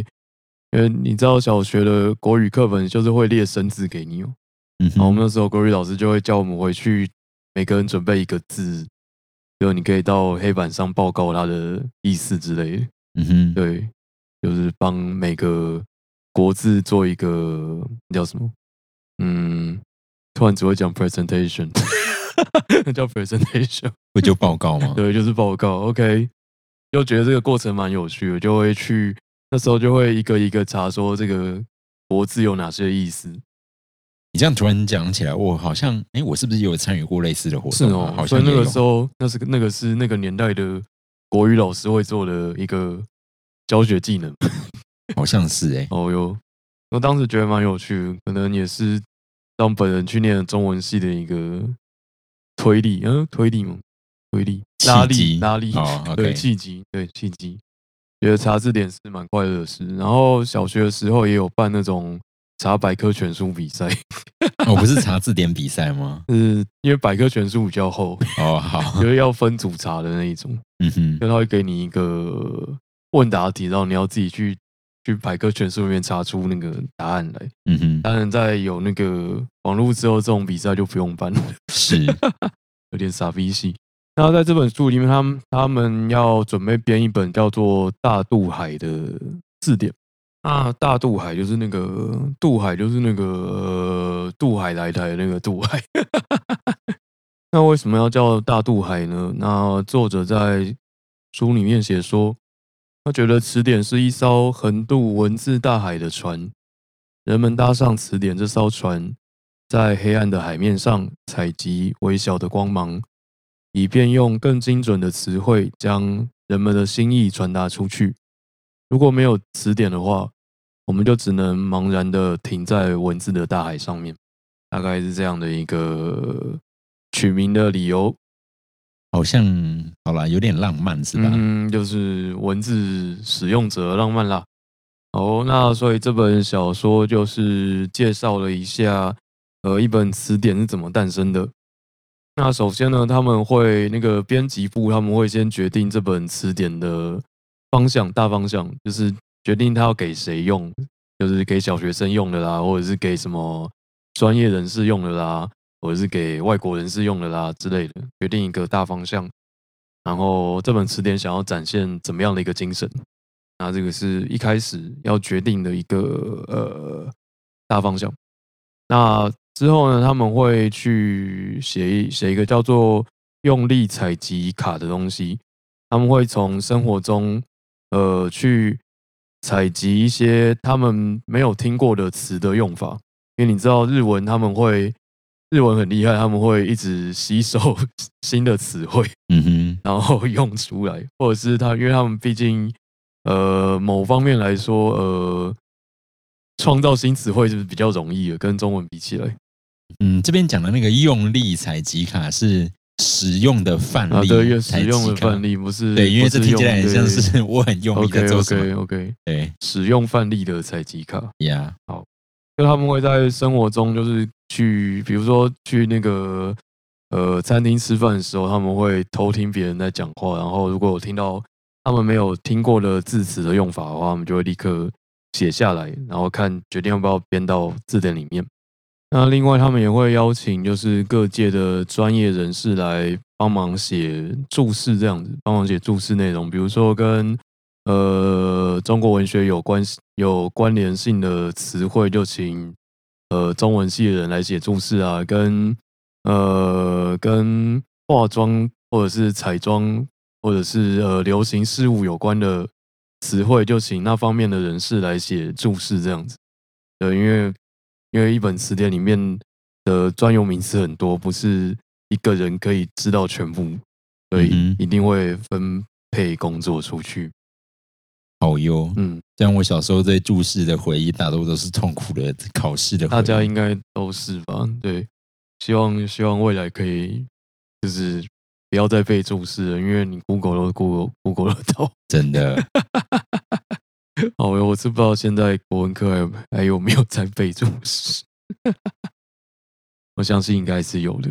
B: 因为你知道小学的国语课本就是会列生字给你哦。
A: 嗯
B: 然后我
A: 哼，
B: 们那时候国语老师就会叫我们回去，每个人准备一个字，就你可以到黑板上报告他的意思之类的。
A: 嗯哼，
B: 对，就是帮每个国字做一个那叫什么？嗯，突然只会讲 presentation，那叫 presentation。
A: 不就报告吗？
B: 对，就是报告。OK，就觉得这个过程蛮有趣的，就会去那时候就会一个一个查说这个国字有哪些意思。
A: 你这样突然讲起来，我好像哎、诶我是不是也有参与过类似的活
B: 是
A: 动啊、
B: 哦，
A: 好
B: 所
A: 像
B: 以那
A: 也有
B: 个时候那是那个是那个年代的国语老师会做的一个教学技能。
A: 好像是哎、诶
B: 哦哟，我当时觉得蛮有趣的，可能也是让本人去念中文系的一个推力，嗯，推力吗？推力，拉
A: 契
B: 力，
A: 机
B: 拉力。
A: 哦
B: 对，
A: ，OK，
B: 契机，对契机，觉得查字典是蛮快乐的事。然后小学的时候也有办那种查百科全书比赛，
A: 我、哦不是查字典比赛吗？
B: 是因为百科全书比较厚，
A: 哦，好
B: 就，是要分组查的那一种，
A: 嗯哼，
B: 就他会给你一个问答题，然后你要自己去去百科全书里面查出那个答案来。
A: 嗯哼，
B: 当然，在有那个网络之后，这种比赛就不用办了。
A: 是，
B: 有点傻逼戏。然后在这本书里面，他们他们要准备编一本叫做《大渡海》的字典。那啊大渡海就是那个渡海，就是那个、呃、渡海来台的那个渡海。那为什么要叫大渡海呢？那作者在书里面写说，他觉得词典是一艘横渡文字大海的船，人们搭上词典这艘船，在黑暗的海面上采集微小的光芒，以便用更精准的词汇将人们的心意传达出去。如果没有词典的话，我们就只能茫然的停在文字的大海上面。大概是这样的一个取名的理由。
A: 好像好啦，有点浪漫是吧？
B: 嗯，就是文字使用者浪漫啦。哦，那所以这本小说就是介绍了一下，呃，一本词典是怎么诞生的。那首先呢，他们会那个编辑部他们会先决定这本词典的方向，大方向就是决定它要给谁用，就是给小学生用的啦，或者是给什么专业人士用的啦，或者是给外国人士用的啦之类的，决定一个大方向。然后这本词典想要展现怎么样的一个精神？那这个是一开始要决定的一个呃大方向。那之后呢，他们会去写一写一个叫做用力采集卡的东西，他们会从生活中呃去采集一些他们没有听过的词的用法，因为你知道日文他们会日文很厉害，他们会一直吸收 新的词汇，
A: 嗯哼，
B: 然后用出来，或者是他，因为他们毕竟呃某方面来说，呃，创造新词汇是比较容易的，跟中文比起来
A: 嗯，这边讲的那个用力采集卡是使用的范
B: 啊，
A: 例，
B: 对，越使用的范，例不是
A: 对，因为这听起来很像。
B: 不用
A: 是我很用力在
B: OK
A: 做什
B: OK
A: 么，
B: OK，
A: 对
B: 使用范例的采集卡，
A: 呀，
B: 就他们会在生活中，就是去，比如说去那个呃餐厅吃饭的时候，他们会偷听别人在讲话，然后如果有听到他们没有听过的字词的用法的话，他们就会立刻写下来，然后看决定要不要编到字典里面。那另外，他们也会邀请就是各界的专业人士来帮忙写注释，这样子帮忙写注释内容，比如说跟呃中国文学有关系有关联性的词汇，就请呃中文系的人来写注释啊，跟呃跟化妆或者是彩妆或者是呃流行事物有关的词汇，就请那方面的人士来写注释这样子。对，因为因为一本词典里面的专有名词很多，不是一个人可以知道全部，所以
A: 嗯哼
B: 一定会分配工作出去。
A: 好哟。
B: 嗯，
A: 像我小时候对注释的回忆，大多都是痛苦的考试的回忆。
B: 大家应该都是吧？对，希望希望未来可以就是不要再被注视了，因为你 Google 都 Google Google 得到。
A: 真的
B: 哦，我是不知道现在国文课还还有没有在被注视， 我相信应该是有的。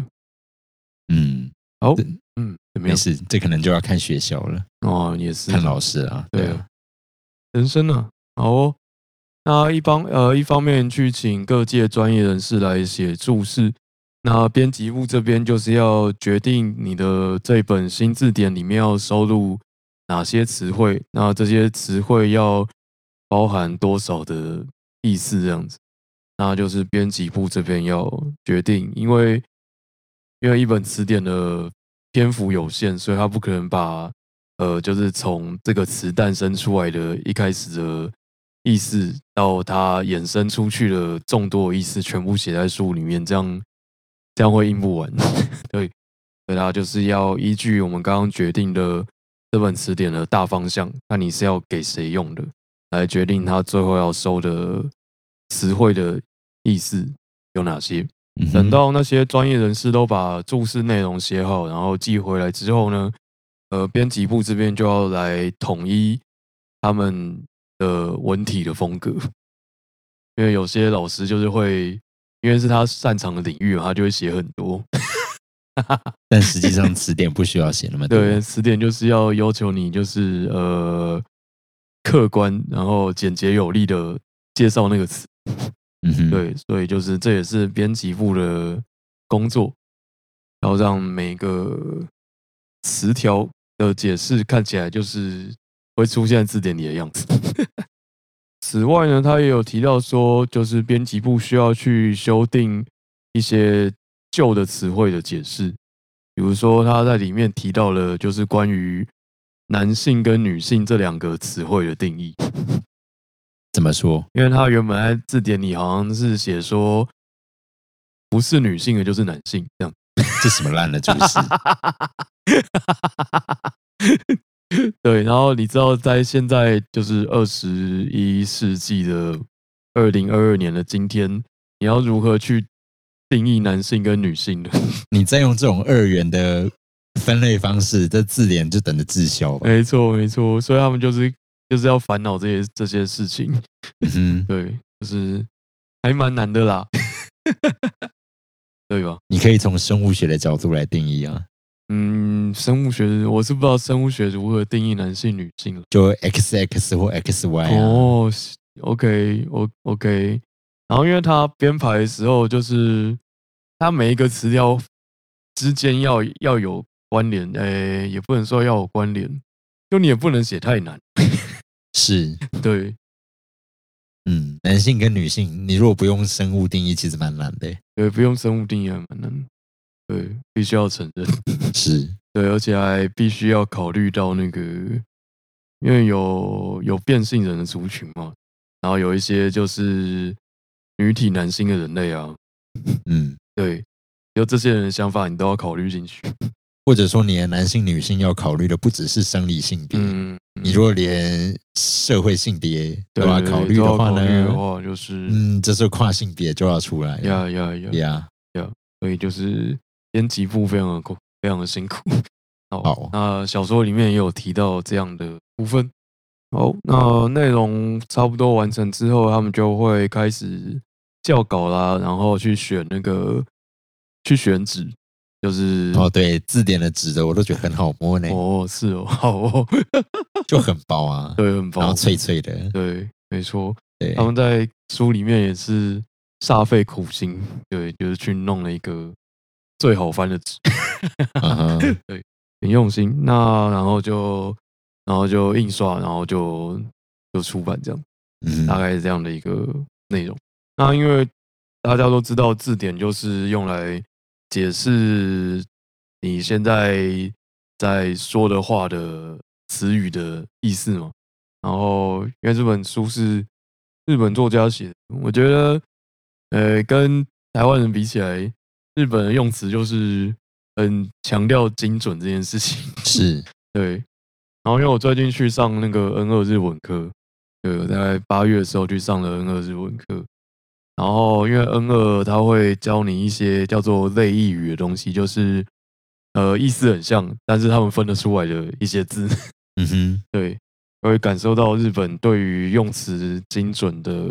A: 嗯，
B: 好
A: 对，
B: 嗯，怎么
A: 没
B: 样？
A: 事，这可能就要看学校了，
B: 哦，也是
A: 看老师啊。
B: 对
A: 对
B: 啊
A: 啊，
B: 人生呢、啊。好、哦，那一方呃一方面去请各界专业人士来写注释，那编辑部这边就是要决定你的这本新字典里面要收录哪些词汇，那这些词汇要包含多少的意思这样子，那就是编辑部这边要决定，因为因为一本词典的篇幅有限，所以他不可能把呃，就是从这个词诞生出来的一开始的意思，到它衍生出去的众多意思，全部写在书里面，这样这样会印不完。 对，所以它就是要依据我们刚刚决定的这本词典的大方向，看你是要给谁用的，来决定它最后要收的词汇的意思有哪些。
A: 嗯哼
B: 等到那些专业人士都把注释内容写好，然后寄回来之后呢，呃，编辑部这边就要来统一他们的文体的风格，因为有些老师就是会，因为是他擅长的领域嘛，他就会写很多。
A: 嗯但实际上词典不需要写那么多。
B: 对，词典就是要要求你就是呃客观，然后简洁有力的介绍那个词。
A: 嗯哼，
B: 对，所以就是这也是编辑部的工作，然后让每个词条的解释看起来就是会出现在字典里的样子。此外呢，他也有提到说，就是编辑部需要去修订一些旧的词汇的解释，比如说他在里面提到了就是关于男性跟女性这两个词汇的定义。
A: 怎么说？
B: 因为它原本在字典里好像是写说，不是女性的就是男性这样。
A: 这什么烂的注释？
B: 对，然后你知道在现在就是二十一世纪的二零二二年的今天，你要如何去定义男性跟女性呢？
A: 你再用这种二元的分类方式，这字典就等着滞销吧。
B: 没错，没错，所以他们就是就是要烦恼这些这些事情。
A: 嗯哼，
B: 对，就是还蛮难的啦， 对吧？
A: 你可以从生物学的角度来定义啊，
B: 嗯，生物学我是不知道生物学如何定义男性女性了。
A: 就 X X 或 X Y 啊。
B: 哦是，OK，我 OK。然后因为它编排的时候，就是它每一个词条之间要要有关联，诶、也不能说要有关联，就你也不能写太难。
A: 是，
B: 对
A: 嗯，男性跟女性，你如果不用生物定义，其实蛮难的。欸
B: 对，不用生物定义还蛮难。对，必须要承认。
A: 是，
B: 对，而且还必须要考虑到那个，因为有有变性人的族群嘛，然后有一些就是女体男性的人类啊，
A: 嗯，
B: 对，有这些人的想法，你都要考虑进去。
A: 或者说你的男性、女性要考虑的不只是生理性别，
B: 嗯，
A: 你如果连社会性别
B: 对
A: 吧
B: 对对
A: 考虑
B: 都要
A: 的话
B: 考虑的
A: 呢，
B: 话就是
A: 嗯，这时候跨性别就要出来了
B: 呀呀呀，
A: 呀。
B: 所以就是编辑部非常的苦，非常的辛苦。 好，
A: 好
B: 那小说里面也有提到这样的部分。好，那内容差不多完成之后，他们就会开始校稿啦，然后去选那个去选址，就是
A: 哦，对，字典的纸的我都觉得很好摸呢，
B: 哦是哦，好哦，
A: 就很薄啊，
B: 对，很
A: 然
B: 棒
A: 后，脆脆的，
B: 对，没错。
A: 对
B: 他，们在书里面也是煞费苦心，对，就是去弄了一个最好翻的纸，
A: 嗯哼，
B: 很用心。那然后就然后就印刷，然后就就出版这样，
A: 嗯
B: 大
A: 哼，
B: 概是这样的一个内容。那因为大家都知道，字典就是用来解释你现在在说的话的词语的意思嘛。然后，因为这本书是日本作家写的，我觉得，呃，跟台湾人比起来，日本的用词就是很强调精准这件事情。
A: 是，
B: 对，然后因为我最近去上那个 N 二日文课，对，我大概八月的时候去上了 N 二日文课。然后因为 N 二它会教你一些叫做类异语的东西，就是呃意思很像，但是他们分得出来的一些字。
A: 嗯哼，
B: 对，我会感受到日本对于用词精准的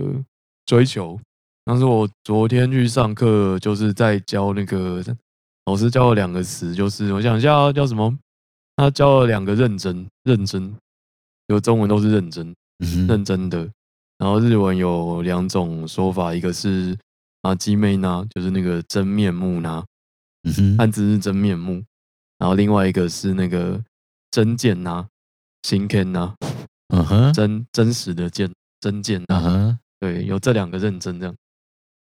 B: 追求。但是我昨天去上课，就是在教那个老师教了两个词，就是我想一下哦叫什么，他教了两个认真，认真，有中文都是认真，
A: 嗯哼，
B: 认真的。然后日文有两种说法，一个是啊鸡妹呢，就是那个真面目呢，
A: 嗯哼，
B: 汉字是真面目，然后另外一个是那个真见呐、新天呐、
A: 嗯哼，
B: 真真实的见真见
A: 嗯
B: 啊，
A: 哼，
B: 对，有这两个认真这样。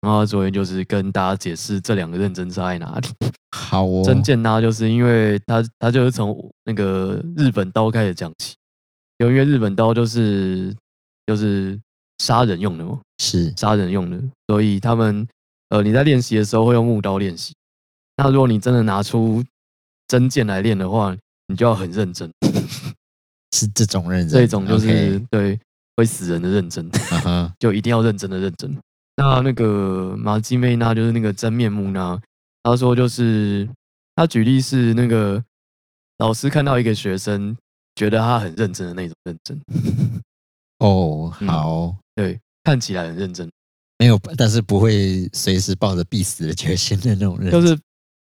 B: 然后他昨天就是跟大家解释这两个认真差在哪里。
A: 好哦，
B: 真见呢，就是因为他他就是从那个日本刀开始讲起，因为日本刀就是就是杀人用的嘛，
A: 是，
B: 杀人用的，所以他们呃你在练习的时候会用木刀练习。那如果你真的拿出真剑来练的话，你就要很认真，
A: 是这种认真，
B: 这种就是
A: OK，
B: 对会死人的认真。
A: 嗯哼，
B: 就一定要认真的认真。那那个马基妹呢，就是那个真面目呢，他说就是他举例是那个老师看到一个学生，觉得他很认真的那种认真，
A: 哦，
B: 嗯
A: 好，
B: 对，看起来很认真，
A: 没有，但是不会随时抱着必死的决心的那种认真，
B: 就是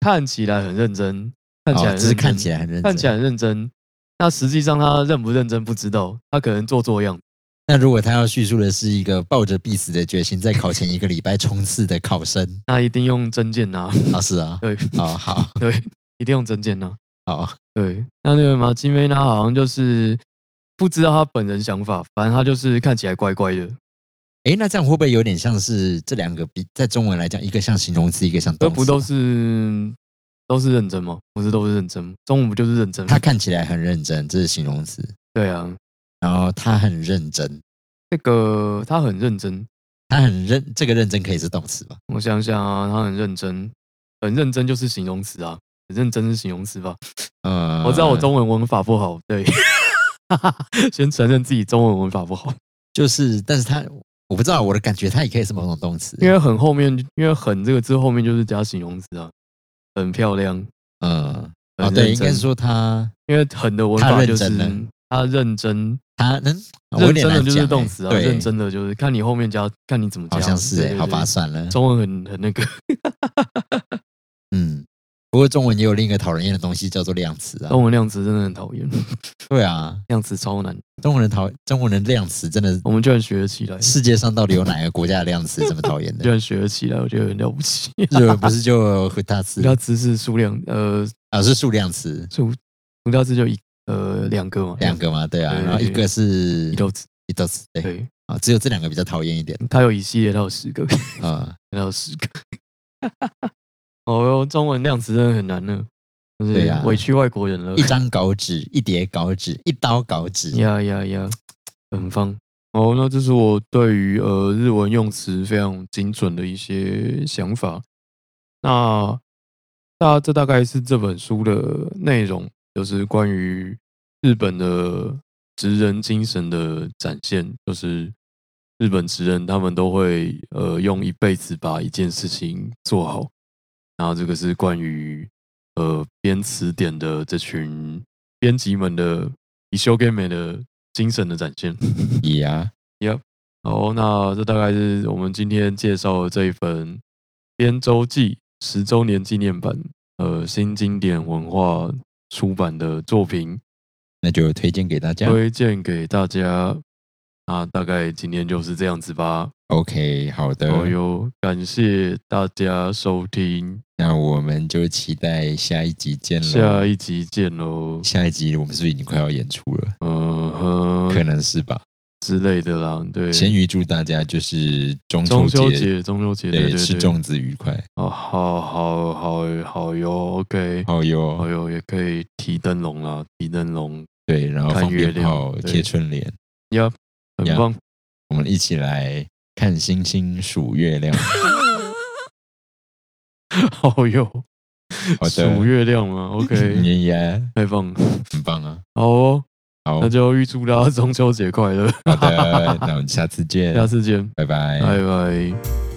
B: 看起来很认真，看起来
A: 哦只是看
B: 来
A: 起来很认真，
B: 看起来很认真。那实际上他认不认真不知道，他可能做做样。
A: 那如果他要叙述的是一个抱着必死的决心在考前一个礼拜冲刺的考生，
B: 那一定用真剑呐、
A: 啊是啊，
B: 对
A: 哦好
B: 对，一定用真剑呐、啊
A: 好，
B: 对，那那个马金梅呢，好像就是不知道他本人想法，反正他就是看起来乖乖的，
A: 诶，那这样会不会有点像是这两个比在中文来讲，一个像形容词，一个像
B: 这
A: 动词啊？
B: 不都是都是认真吗？不是都是认真吗，中午不就是认真吗
A: 他？看起来很认真，这是形容词，
B: 对啊，
A: 然后他很认真，
B: 那个他很认真，
A: 他很认，这个认真可以是动词吧？
B: 我想想啊，他很认真，很认真就是形容词啊，很认真是形容词吧？
A: 嗯，
B: 我知道我中文文法不好，对， 先承认自己中文文法不好，
A: 就是，但是他我不知道我的感觉，他也可以是某种动词，
B: 因为很后面，因为很这个字后面就是加形容词啊，很漂亮。
A: 嗯，
B: 很
A: 哦对，
B: 认
A: 应该
B: 真
A: 是说他
B: 因为狠的文
A: 他
B: 法
A: 认
B: 就是
A: 真了
B: 他认真，
A: 他嗯，我有
B: 认
A: 点
B: 真
A: 难
B: 的就是
A: 讲
B: 动
A: 诶
B: 词啊，
A: 对，
B: 认真的就是看你后面加，看你怎么加。
A: 好像是
B: 对
A: 哎，
B: 对
A: 好吧，
B: 对
A: 算了，
B: 中文很很那个，
A: 嗯，不过中文也有另一个讨人厌的东西，叫做量词啊。
B: 中文量词真的很讨厌，
A: 对啊，
B: 量词超难，
A: 中文人讨中文人量词真的，
B: 我们居然学得起来，
A: 世界上到底有哪个国家的量词这么讨厌
B: 居
A: 的？
B: 然学得起来，我觉得很了不起。
A: 日文不是就和他词
B: 儒家知识数量，呃，
A: 啊，是数量词
B: 儒儒家字就一呃两个嘛，
A: 两个嘛，对啊，
B: 对
A: 然后一个是
B: 一豆子，
A: 一豆词，对
B: 对，
A: 啊，只有这两个比较讨厌一点
B: 它有一系列，它有十个，
A: 啊。
B: 它有十个。 哦哟，中文量词真的很难呢，就是
A: 对啊
B: 委屈外国人了
A: 一。张稿纸，一叠稿纸，一刀稿纸，
B: 呀呀呀，很方。哦，那这是我对于呃日文用词非常精准的一些想法。那大这大概是这本书的内容，就是关于日本的职人精神的展现，就是日本职人他们都会呃用一辈子把一件事情做好，然后这个是关于呃编词典的这群编辑们的以修给美的精神的展现。
A: 呀，
B: 好，那这大概是我们今天介绍的这一本《编周记》十周年纪念版，呃，新经典文化出版的作品，
A: 那就推荐给大家。
B: 推荐给大家。那大概今天就是这样子吧。
A: OK，好的，
B: 哦哟，感谢大家收听，
A: 那我们就期待下一集见
B: 下
A: 喽。
B: 一集见喽。
A: 下一集我们是不是已经快要演出了？
B: 嗯
A: 可
B: 哼，
A: 能是吧。
B: 之类的啦，对。
A: 先预祝大家就是中
B: 中
A: 秋
B: 秋
A: 节
B: 节，中秋节，对
A: 对
B: 对
A: 吃
B: 对，
A: 粽子愉快。
B: 哦，好好好好哟，OK。
A: 好
B: 哦
A: 哟，
B: 哟，也可以提灯笼啦，提灯笼，
A: 对，然后
B: 看
A: 放
B: 月
A: 鞭
B: 亮
A: 炮、
B: 对
A: 贴春联，
B: 呀，很
A: 呀
B: 棒。
A: 我们一起来看星星、数月 亮。
B: 哦哟，
A: 好
B: 数
A: 的，
B: 月亮吗？OK，
A: 耶耶，
B: 太棒了。
A: 很棒啊！
B: 好哦，
A: 好
B: 那，就预祝大家中秋节快乐，
A: 好的，那我们下次见，
B: 下次见，
A: 拜拜。
B: 拜拜。